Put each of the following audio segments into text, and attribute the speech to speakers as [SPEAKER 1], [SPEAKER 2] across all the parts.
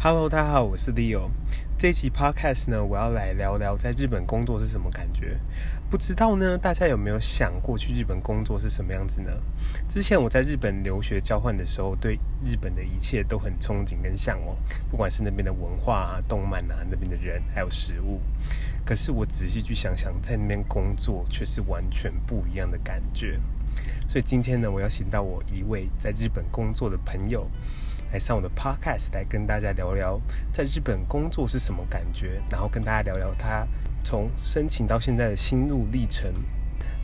[SPEAKER 1] Hello，大家好，我是 Leo。这一期 Podcast 呢，我要来聊聊在日本工作是什么感觉。不知道呢，大家有没有想过去日本工作是什么样子呢？之前我在日本留学交换的时候，对日本的一切都很憧憬跟向往，不管是那边的文化啊、动漫啊、那边的人还有食物。可是我仔细去想想，在那边工作却是完全不一样的感觉。所以今天呢，我邀请到我一位在日本工作的朋友，来上我的 podcast 来跟大家聊聊在日本工作是什么感觉，然后跟大家聊聊他从申请到现在的心路历程。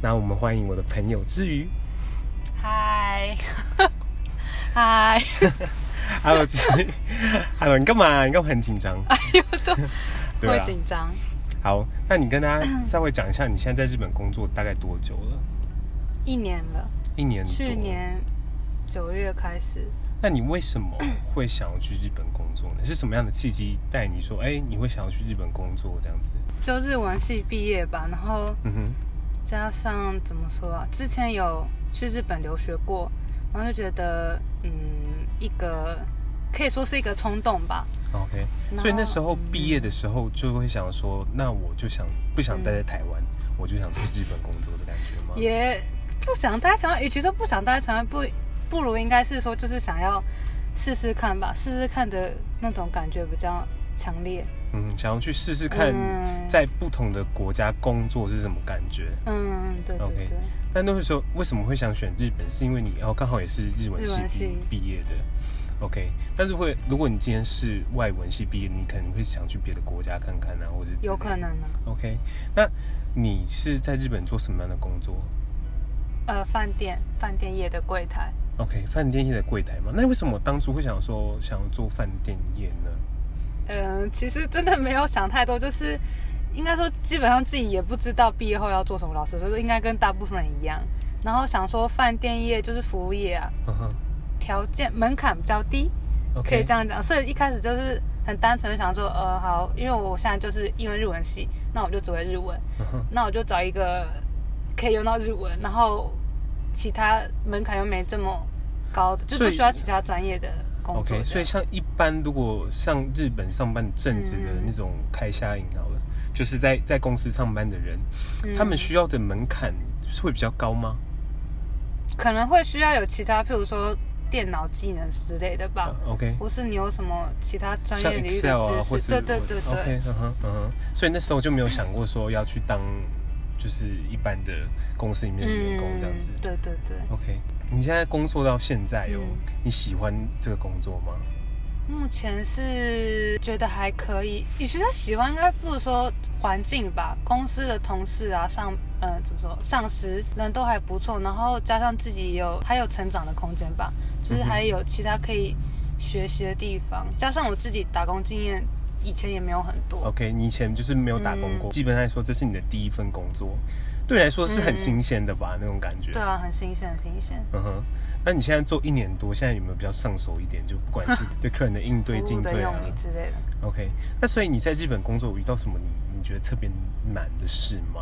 [SPEAKER 1] 那我们欢迎我的朋友之余
[SPEAKER 2] 嗨， 嗨，
[SPEAKER 1] ，Hello 之 余，Hello 你干嘛？你干嘛很紧张？
[SPEAKER 2] 哎呦，就
[SPEAKER 1] 对
[SPEAKER 2] 会
[SPEAKER 1] 啊，
[SPEAKER 2] 紧张。
[SPEAKER 1] 好，那你跟大家 稍微讲一下，你现在在日本工作大概多久了？
[SPEAKER 2] 一年了，
[SPEAKER 1] 一年多。
[SPEAKER 2] 去。年九月开始，
[SPEAKER 1] 那你为什么会想要去日本工作呢？是什么样的契机带你说，哎、你会想要去日本工作这样子？
[SPEAKER 2] 就日文系毕业吧，然后
[SPEAKER 1] 嗯哼。
[SPEAKER 2] 加上怎么说啊，之前有去日本留学过，然后就觉得，嗯，一个可以说是一个冲动吧。
[SPEAKER 1] OK，
[SPEAKER 2] 然后
[SPEAKER 1] 所以那时候毕业的时候就会想说，那我就想不想待在台湾，我就想去日本工作的感觉吗？
[SPEAKER 2] 嗯也不想待台湾，与其说不想待台湾，不不如应该是说就是想要试试看吧，试试看的那种感觉比较强烈。
[SPEAKER 1] 嗯，想要去试试看
[SPEAKER 2] 嗯
[SPEAKER 1] 在不同的国家工作是什么感觉。
[SPEAKER 2] 嗯，对对
[SPEAKER 1] OK
[SPEAKER 2] 对
[SPEAKER 1] 但那个时候为什么会想选日本？是因为你哦刚好也是日文系
[SPEAKER 2] 日文系
[SPEAKER 1] 毕毕业的。OK，但是会如果你今天是外文系毕业，你可能会想去别的国家看看啊，或者
[SPEAKER 2] 有可。能呢、
[SPEAKER 1] OK，那你是在日本做什么样的工作
[SPEAKER 2] 呃，饭店饭店业的柜台，
[SPEAKER 1] ？OK，饭店业的柜台嘛。那为什么当初会想说想要做饭店业呢？
[SPEAKER 2] 嗯、其实真的没有想太多，就是应该说基本上自己也不知道毕业后要做什么，老师说应该跟大部分人一样。然后想说饭店业就是服务业啊，
[SPEAKER 1] 嗯哼
[SPEAKER 2] 条件门槛比较低，
[SPEAKER 1] ，OK，
[SPEAKER 2] 可以这样讲。所以一开始就是很单纯地想说，呃，好，因为我现在就是因为日文系，那我就只会日文，
[SPEAKER 1] 嗯哼
[SPEAKER 2] 那我就找一个可以用到日文，然后其他门槛又没这么高的，就
[SPEAKER 1] 所
[SPEAKER 2] 不
[SPEAKER 1] 以
[SPEAKER 2] 需要其他专业的工作这样。
[SPEAKER 1] OK，所以像一般如果像日本上班正职的
[SPEAKER 2] 嗯
[SPEAKER 1] 那种开虾营好了，就是在在公司上班的人，
[SPEAKER 2] 嗯
[SPEAKER 1] 他们需要的门槛是会比较高吗？
[SPEAKER 2] 可能会需要有其他，譬如说电脑技能之类的吧，
[SPEAKER 1] 啊 OK，
[SPEAKER 2] 或是你有什么其他专
[SPEAKER 1] 像
[SPEAKER 2] 业领域
[SPEAKER 1] Excel
[SPEAKER 2] 的
[SPEAKER 1] 啊，或
[SPEAKER 2] 知识？
[SPEAKER 1] 是
[SPEAKER 2] 对对对对
[SPEAKER 1] OK，嗯哼嗯哼，所以那时候就没有想过说要去当就是一般的公司里面的员工这样子。
[SPEAKER 2] 嗯对对对，
[SPEAKER 1] OK，你现在工作到现在哦，
[SPEAKER 2] 嗯
[SPEAKER 1] 你喜欢这个工作吗？
[SPEAKER 2] 目前是觉得还可以。与其说喜欢，应该不如说环境吧，公司的同事啊，上呃怎么说，上司人都还不错，然后加上自己有还有成长的空间吧，就是还有其他可以学习的地方，加上我自己打工经验以前也没有很多。
[SPEAKER 1] OK，你以前就是没有打工
[SPEAKER 2] 嗯
[SPEAKER 1] 过，基本上来说，这是你的第一份工作，对你来说是很新鲜的吧？那种感觉。
[SPEAKER 2] 对啊，很新鲜，很新鲜。
[SPEAKER 1] 嗯哼，那你现在做一年多，现在有没有比较上手一点？就不管 是对客人的应对
[SPEAKER 2] 服务
[SPEAKER 1] 进
[SPEAKER 2] 的
[SPEAKER 1] 退
[SPEAKER 2] 用
[SPEAKER 1] 啊
[SPEAKER 2] 语之类的。
[SPEAKER 1] ，OK。那所以你在日本工作有遇到什么你你觉得特别难的事吗？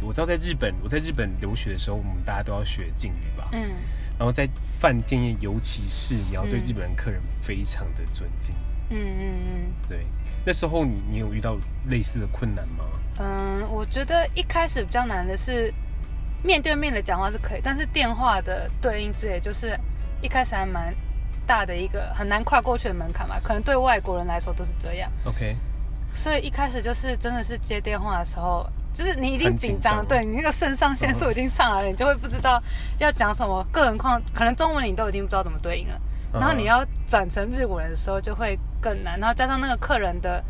[SPEAKER 1] 我知道在日本，我在日本留学的时候，我们大家都要学敬语吧。
[SPEAKER 2] 嗯，
[SPEAKER 1] 然后在饭店业，尤其是你要对
[SPEAKER 2] 嗯
[SPEAKER 1] 日本客人非常的尊敬。
[SPEAKER 2] 嗯嗯嗯
[SPEAKER 1] 对，那时候你你有遇到类似的困难吗？
[SPEAKER 2] 嗯，我觉得一开始比较难的是面对面的讲话是可以，但是电话的对应之类，就是一开始还蛮大的一个很难跨过去的门槛吧。可能对外国人来说都是这样，
[SPEAKER 1] OK，
[SPEAKER 2] 所以一开始就是真的是接电话的时候。就是你已经
[SPEAKER 1] 很紧
[SPEAKER 2] 紧张了，
[SPEAKER 1] 张
[SPEAKER 2] 对你那个肾上腺素已经上来了，你就会不知道要讲什么。更何况，可能中文你都已经不知道怎么对应了，然后你要转成日文的时候就会更难，然后加上那个客人的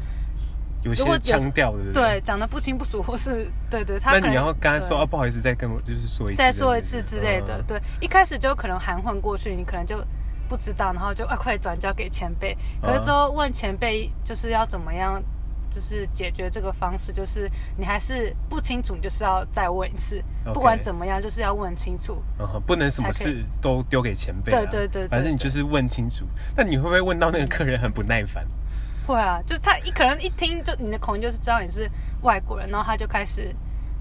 [SPEAKER 1] 有
[SPEAKER 2] 如果
[SPEAKER 1] 些
[SPEAKER 2] 有
[SPEAKER 1] 腔调的，不
[SPEAKER 2] 对，讲的不清不楚，或是对对，他
[SPEAKER 1] 那
[SPEAKER 2] 可能
[SPEAKER 1] 你要跟他说
[SPEAKER 2] 对
[SPEAKER 1] 啊，不好意思，再跟我就是说一次，
[SPEAKER 2] 再说一次之类的，
[SPEAKER 1] 嗯
[SPEAKER 2] 对，一开始就可能含混过去，你可能就不知道，然后就啊快转交给前辈，可
[SPEAKER 1] 嗯
[SPEAKER 2] 是之后问前辈就是要怎么样，就是解决这个方式，就是你还是不清楚，你就是要再问一次
[SPEAKER 1] OK
[SPEAKER 2] 不管怎么样，就是要问清楚。
[SPEAKER 1] 嗯哼不能什么
[SPEAKER 2] 才可以
[SPEAKER 1] 事都丢给前辈啊。
[SPEAKER 2] 对对对对
[SPEAKER 1] 反正你就是问清楚。那你会不会问到那个客人很不耐烦？
[SPEAKER 2] 会啊，就是他一可能一听就你的口音就是知道你是外国人，然后他就开始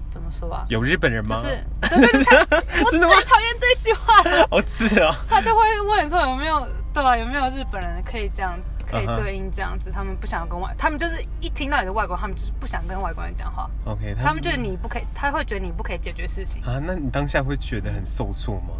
[SPEAKER 2] 怎么说啊？
[SPEAKER 1] 有日本人
[SPEAKER 2] 就
[SPEAKER 1] 吗？
[SPEAKER 2] 是对对对，他我
[SPEAKER 1] 真
[SPEAKER 2] 最
[SPEAKER 1] 的吗
[SPEAKER 2] 讨厌这句话了。
[SPEAKER 1] 好刺哦。
[SPEAKER 2] 他就会问说有没有对啊，有没有日本人可以这样可
[SPEAKER 1] 嗯
[SPEAKER 2] 以
[SPEAKER 1] 哼
[SPEAKER 2] 对应这样子。他们不想跟外，他们就是一听到你是外国人，他们就是不想跟外国人讲话。
[SPEAKER 1] OK，
[SPEAKER 2] 他们觉得你不可以，他会觉得你不可以解决事情，
[SPEAKER 1] 啊，那你当下会觉得很受挫吗？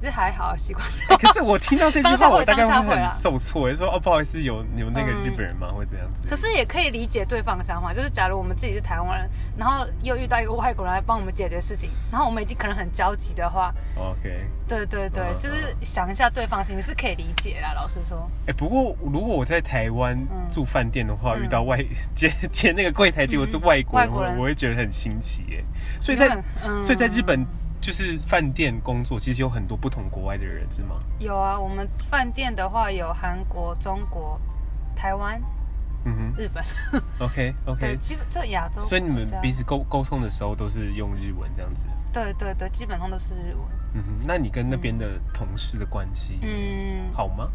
[SPEAKER 2] 就是还好习惯。
[SPEAKER 1] 欸可是我听到这句
[SPEAKER 2] 当下
[SPEAKER 1] 话，
[SPEAKER 2] 会
[SPEAKER 1] 我大概
[SPEAKER 2] 当下会
[SPEAKER 1] 很
[SPEAKER 2] 啊
[SPEAKER 1] 受挫，就说哦，不好意思，有有那个
[SPEAKER 2] 嗯
[SPEAKER 1] 日本人吗？会这样子？
[SPEAKER 2] 可是也可以理解对方的想法，就是假如我们自己是台湾人，然后又遇到一个外国人来帮我们解决事情，然后我们已经可能很焦急的话，
[SPEAKER 1] OK，
[SPEAKER 2] 对对对，
[SPEAKER 1] 嗯
[SPEAKER 2] 就是想一下对方的心情是可以理解啦。老实说，
[SPEAKER 1] 哎、不过如果我在台湾
[SPEAKER 2] 嗯
[SPEAKER 1] 住饭店的话，
[SPEAKER 2] 嗯
[SPEAKER 1] 遇到外接 接那个柜台结果是外国人，
[SPEAKER 2] 外国人
[SPEAKER 1] 我我会觉得很新奇耶。所以在
[SPEAKER 2] 你会很嗯
[SPEAKER 1] 所以在日本就是饭店工作，其实有很多不同国外的人是吗？
[SPEAKER 2] 有啊，我们饭店的话有韩国、中国、台湾、
[SPEAKER 1] 嗯
[SPEAKER 2] 日本，
[SPEAKER 1] 哼，OK
[SPEAKER 2] 对，
[SPEAKER 1] OK，
[SPEAKER 2] 基本就亚洲国家。
[SPEAKER 1] 所以你们彼此沟沟通的时候都是用日文这样子。
[SPEAKER 2] 对对对，基本上都是日文。
[SPEAKER 1] 嗯哼，那你跟那边的同事的关系，
[SPEAKER 2] 嗯，
[SPEAKER 1] 好吗？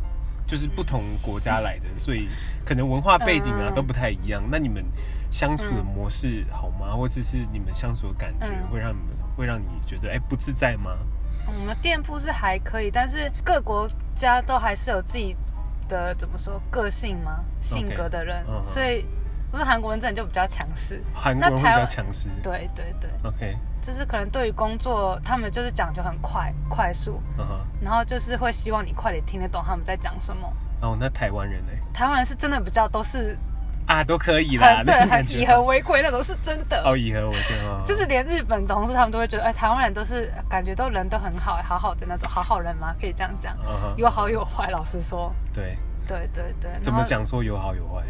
[SPEAKER 1] 就是不同国家来的，所以可能文化背景啊
[SPEAKER 2] 嗯
[SPEAKER 1] 都不太一样。那你们相处的模式好吗？或者是你们相处的感觉
[SPEAKER 2] 嗯
[SPEAKER 1] 会让你们会让你觉得哎、不自在吗？
[SPEAKER 2] 我们店铺是还可以，但是各国家都还是有自己的怎么说个性吗？性格的人
[SPEAKER 1] 嗯嗯
[SPEAKER 2] 所以不是韩国人真的就比较强势。
[SPEAKER 1] 韩国人会比
[SPEAKER 2] 那台湾
[SPEAKER 1] 较强势。
[SPEAKER 2] 对对对，
[SPEAKER 1] OK，
[SPEAKER 2] 就是可能对于工作，他们就是讲究很快快速，
[SPEAKER 1] 嗯哼，
[SPEAKER 2] 然后就是会希望你快点听得懂他们在讲什么。
[SPEAKER 1] 然后哦那台湾人呢？
[SPEAKER 2] 台湾人是真的比较都是
[SPEAKER 1] 啊，都可以啦，
[SPEAKER 2] 很 对，
[SPEAKER 1] 那种感
[SPEAKER 2] 很
[SPEAKER 1] 觉
[SPEAKER 2] 以和为贵那种是真的。
[SPEAKER 1] 哦，以和为贵哦，
[SPEAKER 2] 就是连日本同事他们都会觉得，哎，台湾人都是感觉都人都很好，好好的那种好好人嘛，可以这样讲，
[SPEAKER 1] 嗯哼，
[SPEAKER 2] 有啊好有坏。老实说，
[SPEAKER 1] 对，
[SPEAKER 2] 对对对。然
[SPEAKER 1] 怎么
[SPEAKER 2] 后？
[SPEAKER 1] 讲说有好有坏？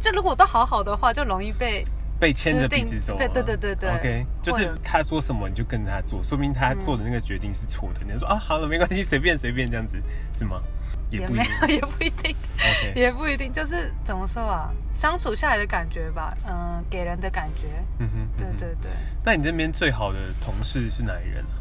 [SPEAKER 2] 就如果都好好的话，就容易被
[SPEAKER 1] 被牵着鼻子走吗，
[SPEAKER 2] 对对对对对
[SPEAKER 1] OK，就是
[SPEAKER 2] 会有
[SPEAKER 1] 他说什么你就跟着他做，说明他做的那个决定是错的。你说啊，好了，没关系，随便随便这样子是吗？也不一
[SPEAKER 2] 没
[SPEAKER 1] 定。
[SPEAKER 2] 有，也不 一定，
[SPEAKER 1] OK，
[SPEAKER 2] 也不一定，就是怎么说啊，相处下来的感觉吧，嗯、给人的感觉。
[SPEAKER 1] 嗯哼，
[SPEAKER 2] 对
[SPEAKER 1] 嗯哼。
[SPEAKER 2] 对对，
[SPEAKER 1] 那你这边最好的同事是哪里人啊？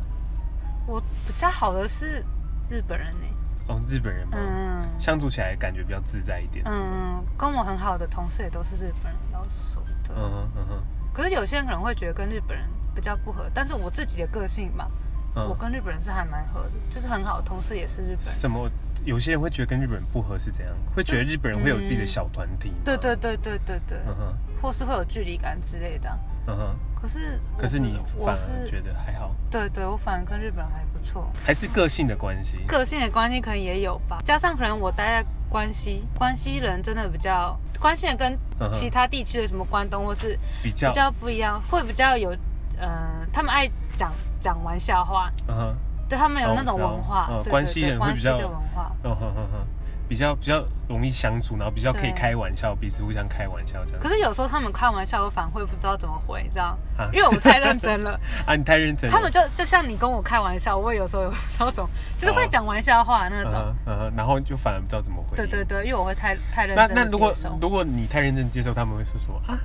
[SPEAKER 2] 我比较好的是日本人呢、
[SPEAKER 1] 哦，日本人吗？
[SPEAKER 2] 嗯
[SPEAKER 1] 相处起来感觉比较自在一点。是吗
[SPEAKER 2] 嗯，跟我很好的同事也都是日本人，老实说对。
[SPEAKER 1] 嗯哼嗯哼
[SPEAKER 2] 可是有些人可能会觉得跟日本人比较不合，但是我自己的个性吧，我
[SPEAKER 1] 嗯。
[SPEAKER 2] 跟日本人是还蛮合的，就是很好的同事也是日本人。
[SPEAKER 1] 什么？有些人会觉得跟日本人不合是怎样？会觉得日本人会有自己的小团体吗？
[SPEAKER 2] 对对对对对对，
[SPEAKER 1] 嗯哼
[SPEAKER 2] 或是会有距离感之类的啊。
[SPEAKER 1] 嗯哼。
[SPEAKER 2] 可是我
[SPEAKER 1] 可是你反
[SPEAKER 2] 不我
[SPEAKER 1] 而
[SPEAKER 2] 是
[SPEAKER 1] 觉得还好，
[SPEAKER 2] 对对，我反而跟日本人还不错，
[SPEAKER 1] 还是个性的关系。
[SPEAKER 2] 个性的关系可能也有吧，加上可能我待在关西，关西人真的比较，关西人跟
[SPEAKER 1] 嗯哼
[SPEAKER 2] 其他地区的什么关东或是
[SPEAKER 1] 比较
[SPEAKER 2] 比，较不一样，会比较有，嗯，他们爱讲讲玩笑话，
[SPEAKER 1] 嗯哼。
[SPEAKER 2] 对他们有
[SPEAKER 1] 哦
[SPEAKER 2] 那种
[SPEAKER 1] 我知道
[SPEAKER 2] 文化，
[SPEAKER 1] 嗯
[SPEAKER 2] 对对
[SPEAKER 1] 关西
[SPEAKER 2] 对
[SPEAKER 1] 人会
[SPEAKER 2] 关
[SPEAKER 1] 比
[SPEAKER 2] 西
[SPEAKER 1] 较
[SPEAKER 2] 的文化，
[SPEAKER 1] 哦，哼哼哼，比较比较容易相处，然后比较可以
[SPEAKER 2] 对
[SPEAKER 1] 开玩笑，彼此互相开玩笑这样。
[SPEAKER 2] 可是有时候他们开玩笑，我反而会不知道怎么回，你知道
[SPEAKER 1] 啊？
[SPEAKER 2] 因为我太认 真了，
[SPEAKER 1] 啊，你太认真了。
[SPEAKER 2] 他们就就像你跟我开玩笑，我也有时候也不知道怎么，就是会
[SPEAKER 1] 哦
[SPEAKER 2] 讲玩笑话那
[SPEAKER 1] 嗯
[SPEAKER 2] 种。
[SPEAKER 1] 哼嗯哼，然后就反而不知道怎么回应。
[SPEAKER 2] 对对对，因为我会太太认
[SPEAKER 1] 那
[SPEAKER 2] 真地
[SPEAKER 1] 那如果
[SPEAKER 2] 接受
[SPEAKER 1] 如果你太认真接受，他们会说什么 啊？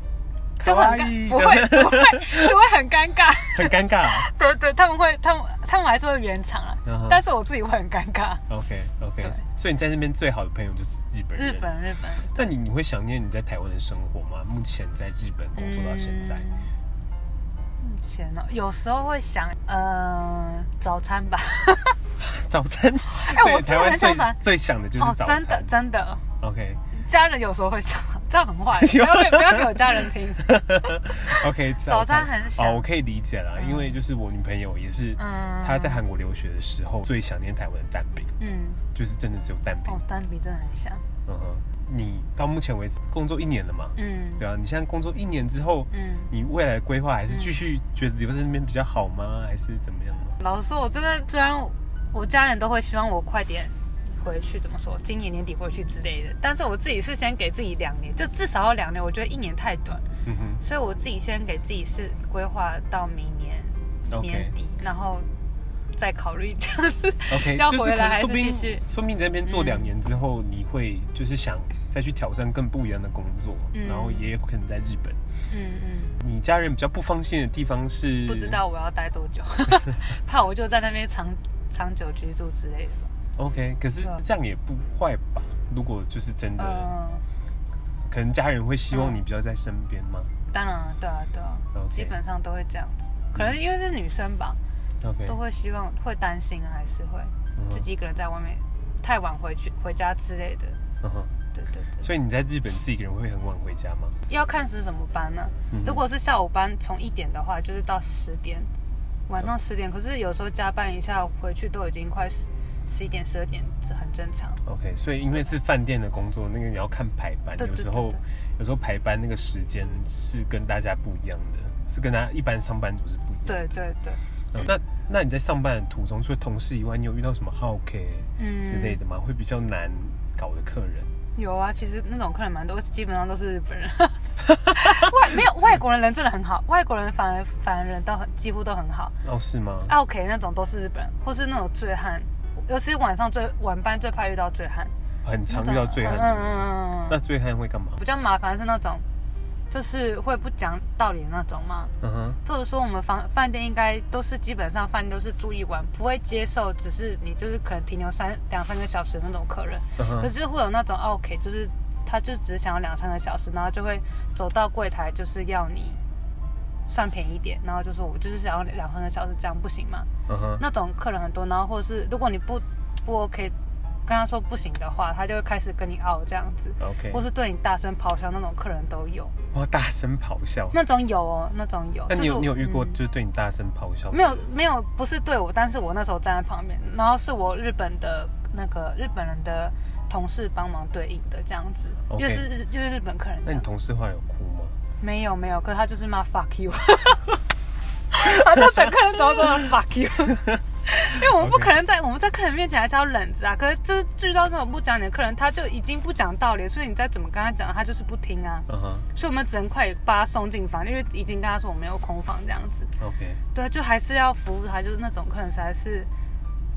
[SPEAKER 2] 就很尴，不会
[SPEAKER 1] 这样
[SPEAKER 2] 不会 就会很尴尬。
[SPEAKER 1] 很尴尬啊。
[SPEAKER 2] 对对，他们会他们他们还是会圆场啊
[SPEAKER 1] 嗯哼，
[SPEAKER 2] 但是我自己会很尴尬。
[SPEAKER 1] OK OK，
[SPEAKER 2] 对
[SPEAKER 1] 所以你在那边最好的朋友就是日本
[SPEAKER 2] 日
[SPEAKER 1] 人。
[SPEAKER 2] 本日本
[SPEAKER 1] 那你你会想念你在台湾的生活吗？目前在日本工作到现在，
[SPEAKER 2] 嗯目前呢，有时候会想，呃，早餐吧。
[SPEAKER 1] 早餐，
[SPEAKER 2] 哎我
[SPEAKER 1] 最台湾
[SPEAKER 2] 真的很
[SPEAKER 1] 最
[SPEAKER 2] 想早
[SPEAKER 1] 最想的就是
[SPEAKER 2] 哦，
[SPEAKER 1] 早餐。
[SPEAKER 2] 真的真的，
[SPEAKER 1] OK
[SPEAKER 2] 家人有时候会想，这样很坏，不
[SPEAKER 1] 啊
[SPEAKER 2] 要给不要给我家人 听。
[SPEAKER 1] OK，
[SPEAKER 2] 早餐很想
[SPEAKER 1] 哦，我可以理解啦，
[SPEAKER 2] 嗯
[SPEAKER 1] 因为就是我女朋友也是，
[SPEAKER 2] 嗯，
[SPEAKER 1] 她在韩国留学的时候最想念台湾的蛋饼，
[SPEAKER 2] 嗯，
[SPEAKER 1] 就是真的只有蛋饼
[SPEAKER 2] 哦。，单比真的很像，
[SPEAKER 1] 嗯哼，你到目前为止工作一年了嘛？
[SPEAKER 2] 嗯
[SPEAKER 1] 对啊，你现在工作一年之后，
[SPEAKER 2] 嗯。
[SPEAKER 1] 你未来的规划还是继续觉得留在那边比较好吗？还是怎么样呢？
[SPEAKER 2] 老实说，我真的虽然我家人都会希望我快点回去，怎么说，今年年底回去之类的，但是我自己是先给自己两年，就至少要两年。我觉得一年太短，
[SPEAKER 1] 嗯哼
[SPEAKER 2] 所以我自己先给自己是规划到明年年
[SPEAKER 1] ，OK
[SPEAKER 2] 底，然后再考虑这样子。
[SPEAKER 1] OK，
[SPEAKER 2] 要
[SPEAKER 1] 就是
[SPEAKER 2] 回来
[SPEAKER 1] 可
[SPEAKER 2] 还是
[SPEAKER 1] 说不定
[SPEAKER 2] 继续
[SPEAKER 1] 说不定你在那边做
[SPEAKER 2] 嗯
[SPEAKER 1] 两年之后，你会就是想再去挑战更不一样的工作，
[SPEAKER 2] 嗯
[SPEAKER 1] 然后也有可能在日本。
[SPEAKER 2] 嗯嗯，
[SPEAKER 1] 你家人比较不放心的地方是
[SPEAKER 2] 不知道我要待多久， 怕我就在那边长长久居住之类的吧。
[SPEAKER 1] OK，可是
[SPEAKER 2] 对啊
[SPEAKER 1] 这样也不坏吧？如果就是真的，
[SPEAKER 2] 嗯，
[SPEAKER 1] 可能家人会希望
[SPEAKER 2] 嗯
[SPEAKER 1] 你比较在身边吗
[SPEAKER 2] 当然啊，对啊对啊
[SPEAKER 1] OK
[SPEAKER 2] 基本上都会这样子。可能因为是女生吧，
[SPEAKER 1] ？OK，
[SPEAKER 2] 嗯都会希望会担心啊，还是会。
[SPEAKER 1] 嗯哼
[SPEAKER 2] 自己一个人在外面太晚回去回家之类的，
[SPEAKER 1] 嗯哼
[SPEAKER 2] 对对对。
[SPEAKER 1] 所以你在日本自己一个人会很晚回家吗？
[SPEAKER 2] 要看是什么班呢、
[SPEAKER 1] 嗯
[SPEAKER 2] 如果是下午班，从一点的话就是到十点，晚上十点。可是有时候加班一下回去都已经快十十一点、十二点，这很正常。
[SPEAKER 1] OK，所以因为是饭店的工作，那个你要看排班，
[SPEAKER 2] 对对
[SPEAKER 1] 有时
[SPEAKER 2] 对
[SPEAKER 1] 候
[SPEAKER 2] 对
[SPEAKER 1] 有时候排班那个时间是跟大家不一样的，是跟大家一般上班族是不一样的。
[SPEAKER 2] 对对对，
[SPEAKER 1] 嗯那那你在上班的途中，除了同事以外，你有遇到什么 OK
[SPEAKER 2] 嗯
[SPEAKER 1] 之类的吗？会比较难搞的客人？
[SPEAKER 2] 有啊，其实那种客人蛮多，基本上都是日本人。 外没有外国人人真的很好，外国人反而反而人都很几乎都很好。
[SPEAKER 1] 哦，是吗？
[SPEAKER 2] 啊 OK 那种都是日本人，或是那种醉汉，尤其是晚上最晚班最怕遇到醉汉。
[SPEAKER 1] 很常遇到醉汉，是不是？
[SPEAKER 2] 嗯嗯嗯
[SPEAKER 1] 那醉汉会干嘛？
[SPEAKER 2] 比较麻烦是那种，就是会不讲道理的那种嘛。
[SPEAKER 1] 嗯哼，
[SPEAKER 2] 或者说我们房饭店应该都是基本上饭店都是住一晚，不会接受，只是你就是可能停留三两三个小时的那种客人。
[SPEAKER 1] 嗯
[SPEAKER 2] 可
[SPEAKER 1] 哼，
[SPEAKER 2] 是会有那种哦 OK，就是他就只想要两三个小时，然后就会走到柜台就是要你算便宜一点，然后就说我就是想要两三个小时，这样不行吗？
[SPEAKER 1] 嗯哼，
[SPEAKER 2] 那种客人很多，然后或者是如果你不不 OK，跟他说不行的话，他就会开始跟你拗这样子。
[SPEAKER 1] OK，
[SPEAKER 2] 或是对你大声咆哮那种客人都有，
[SPEAKER 1] 哇，大声咆哮。
[SPEAKER 2] 那种有哦，那种有。
[SPEAKER 1] 那你
[SPEAKER 2] 就是
[SPEAKER 1] 有
[SPEAKER 2] 我
[SPEAKER 1] 你有遇过
[SPEAKER 2] 嗯
[SPEAKER 1] 就是对你大声咆哮？
[SPEAKER 2] 没有，没有，不是对我，但是我那时候站在旁边，然后是我日本的那个日本人的同事帮忙对应的这样子
[SPEAKER 1] OK
[SPEAKER 2] 因为是日因为日本客人这
[SPEAKER 1] 那你
[SPEAKER 2] 样。
[SPEAKER 1] 同事后来有哭吗？
[SPEAKER 2] 没有没有，可是他就是骂 fuck you，他就等客人走走 fuck you，因为我们不
[SPEAKER 1] OK
[SPEAKER 2] 可能在我们在客人面前还是要忍着啊。可是就是遇到这种不讲理的客人，他就已经不讲道理，所以你再怎么跟他讲，他就是不听啊。
[SPEAKER 1] 嗯哼
[SPEAKER 2] 所以我们只能快点把他送进房，因为已经跟他说我没有空房这样子。
[SPEAKER 1] ，OK，
[SPEAKER 2] 对，啊就还是要服务他，就是那种客人实在是，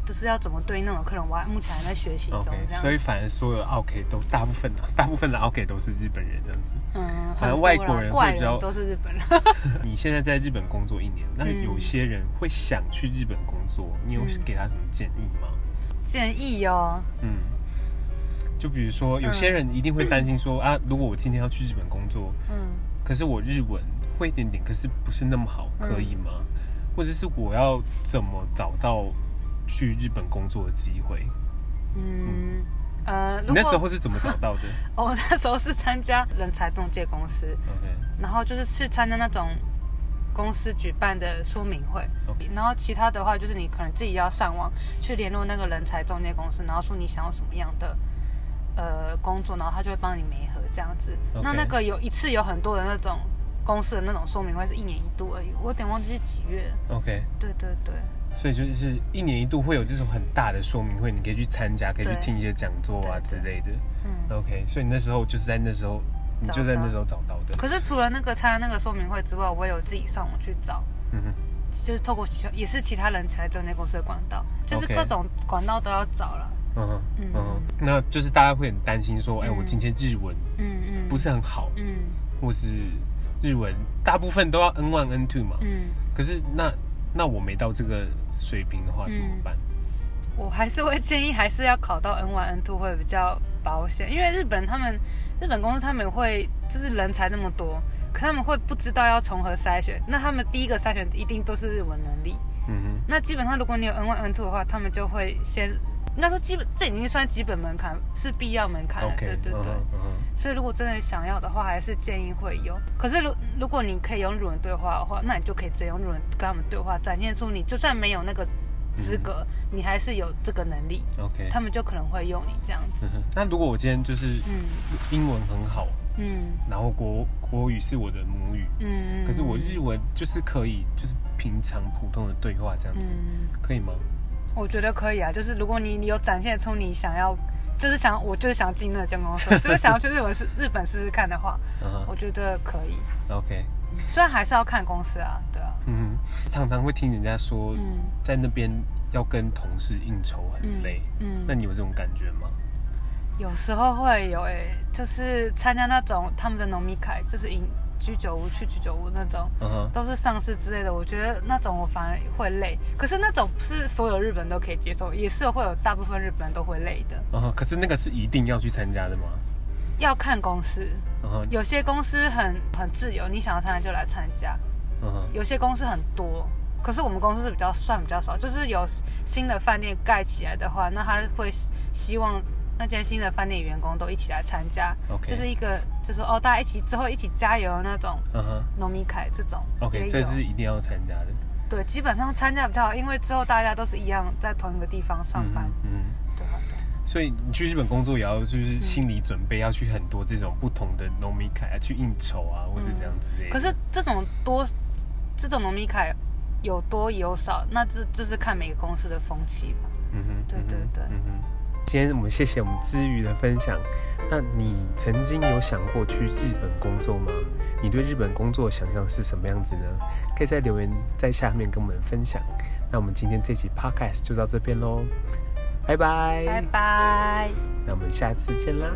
[SPEAKER 2] 就是要怎么对应那种客人，我还目前还在学习中
[SPEAKER 1] OK，
[SPEAKER 2] 这样。
[SPEAKER 1] 所以反正所有的 OK 都大部分啊，大部分的 OK 都是日本人这样子。
[SPEAKER 2] 嗯，
[SPEAKER 1] 反正
[SPEAKER 2] 很多
[SPEAKER 1] 外
[SPEAKER 2] 啦
[SPEAKER 1] 国人
[SPEAKER 2] 怪
[SPEAKER 1] 会比较
[SPEAKER 2] 人都是日本人。
[SPEAKER 1] 你现在在日本工作一年，那
[SPEAKER 2] 嗯
[SPEAKER 1] 有些人会想去日本工作，你有
[SPEAKER 2] 嗯
[SPEAKER 1] 给他什么建议吗？
[SPEAKER 2] 建议哦，
[SPEAKER 1] 嗯，就比如说有些人一定会担心说、 啊，如果我今天要去日本工作，
[SPEAKER 2] 嗯
[SPEAKER 1] 可是我日文会一点点，可是不是那么好，
[SPEAKER 2] 嗯
[SPEAKER 1] 可以吗？或者是我要怎么找到去日本工作的机会？
[SPEAKER 2] 嗯呃，
[SPEAKER 1] 你
[SPEAKER 2] 如
[SPEAKER 1] 那时
[SPEAKER 2] 果哦
[SPEAKER 1] 候是怎么找 到的
[SPEAKER 2] 我那时候是参加人才中介公司，
[SPEAKER 1] ？OK，
[SPEAKER 2] 然后就是去参加那种公司举办的说明会
[SPEAKER 1] OK
[SPEAKER 2] 然后其他的话就是你可能自己要上网去联络那个人才中介公司，然后说你想要什么样的呃工作，然后他就会帮你媒合这样子。
[SPEAKER 1] OK
[SPEAKER 2] 那那个有一次有很多的那种公司的那种说明会是一年一度而已，我有点忘记是几月了。
[SPEAKER 1] OK，
[SPEAKER 2] 对对对，
[SPEAKER 1] 所以就是一年一度会有这种很大的说明会，你可以去参加，可以去
[SPEAKER 2] 对
[SPEAKER 1] 听一些讲座啊之
[SPEAKER 2] 对对
[SPEAKER 1] 类的。
[SPEAKER 2] 嗯。
[SPEAKER 1] OK，所以你那时候就是在那时候，你就
[SPEAKER 2] 找
[SPEAKER 1] 在
[SPEAKER 2] 到
[SPEAKER 1] 那时候找到的。
[SPEAKER 2] 可是除了那个参加那个说明会之外，我也有自己上网去找。
[SPEAKER 1] 嗯哼，
[SPEAKER 2] 就是透过其也是其他人才中介公司的管道，就是
[SPEAKER 1] OK
[SPEAKER 2] 各种管道都要找了。
[SPEAKER 1] 嗯哼，嗯
[SPEAKER 2] 嗯
[SPEAKER 1] 哼，那就是大家会很担心说，哎、
[SPEAKER 2] 嗯
[SPEAKER 1] 我今天日文
[SPEAKER 2] 嗯嗯，
[SPEAKER 1] 不是很好，
[SPEAKER 2] 嗯
[SPEAKER 1] 或是日文大部分都要 N one N two 嘛。
[SPEAKER 2] 嗯，
[SPEAKER 1] 可是那那我没到这个水平的
[SPEAKER 2] 嗯
[SPEAKER 1] 话怎么办？
[SPEAKER 2] 我还是会建议还是要考到 N 1 N two 会比较保险，因为日本人他们日本公司他们也会就是人才那么多，可他们会不知道要从何筛选，那他们第一个筛选一定都是日文能力。
[SPEAKER 1] 嗯
[SPEAKER 2] 那基本上如果你有 N 1 N two 的话，他们就会先应该说基本这已经算基本门槛，是必要门槛
[SPEAKER 1] 哼
[SPEAKER 2] 了。
[SPEAKER 1] ，OK，
[SPEAKER 2] 对对
[SPEAKER 1] 嗯
[SPEAKER 2] 对。
[SPEAKER 1] 哼嗯哼
[SPEAKER 2] 所以如果真的想要的话，还是建议会有。可是如如果你可以用日文对话的话，那你就可以直接用日文跟他们对话，展现出你就算没有那个资格，你还是有这个能力，
[SPEAKER 1] ，OK
[SPEAKER 2] 他。们就可能会用你这样子
[SPEAKER 1] 嗯。哼那如果我今天就是
[SPEAKER 2] 嗯
[SPEAKER 1] 英文很好，
[SPEAKER 2] 嗯
[SPEAKER 1] 然后国国语是我的母语，
[SPEAKER 2] 嗯。
[SPEAKER 1] 可是我日文就是可以，就是平常普通的对话这样子，
[SPEAKER 2] 嗯，
[SPEAKER 1] 可以吗？
[SPEAKER 2] 我觉得可以啊。就是如果你你有展现出你想要，就是想我就是想进那个间公司，就是想要去日本试日本试试看的话，
[SPEAKER 1] 嗯哼
[SPEAKER 2] 我觉得可以。
[SPEAKER 1] ，OK，
[SPEAKER 2] 嗯虽然还是要看公司啊，对啊。
[SPEAKER 1] 嗯哼，常常会听人家说，
[SPEAKER 2] 嗯
[SPEAKER 1] 在那边要跟同事应酬很累，
[SPEAKER 2] 嗯。
[SPEAKER 1] 那你有这种感觉吗？
[SPEAKER 2] 有时候会有诶、就是参加那种他们的农米凯，就是饮居酒屋去居酒屋那种，
[SPEAKER 1] 嗯哼，
[SPEAKER 2] 都是上市之类的。我觉得那种我反而会累，可是那种不是所有日本人都可以接受，也是会有大部分日本人都会累的。
[SPEAKER 1] 嗯哼，可是那个是一定要去参加的吗？
[SPEAKER 2] 要看公司，
[SPEAKER 1] 嗯哼，
[SPEAKER 2] 有些公司很很自由，你想要参加就来参加；
[SPEAKER 1] 嗯哼，
[SPEAKER 2] 有些公司很多，可是我们公司是比较算比较少，就是有新的饭店盖起来的话，那他会希望那间新的饭店员工都一起来参加
[SPEAKER 1] OK
[SPEAKER 2] 就是一个就说哦，大家一起之后一起加油那种
[SPEAKER 1] 嗯哼
[SPEAKER 2] 农民凯这种也
[SPEAKER 1] ，OK，
[SPEAKER 2] 有
[SPEAKER 1] 这是一定要参加的。
[SPEAKER 2] 对，基本上参加比较好，因为之后大家都是一样在同一个地方上
[SPEAKER 1] 嗯
[SPEAKER 2] 班
[SPEAKER 1] 哼，嗯哼。
[SPEAKER 2] 对吧？对啊
[SPEAKER 1] 所以你去日本工作也要就是心理准备，要去很多这种不同的农民凯啊，去应酬啊，或是这样之类的。
[SPEAKER 2] 可是这种多这种农民凯有多有少，那这就是看每个公司的风气吧。
[SPEAKER 1] 嗯哼，
[SPEAKER 2] 对对对
[SPEAKER 1] 嗯哼。今天我们谢谢我们知瑜的分享。那你曾经有想过去日本工作吗？你对日本工作的想象是什么样子呢？可以在留言在下面跟我们分享。那我们今天这期 podcast 就到这边喽，拜拜。
[SPEAKER 2] 拜拜。
[SPEAKER 1] 那我们下次见啦，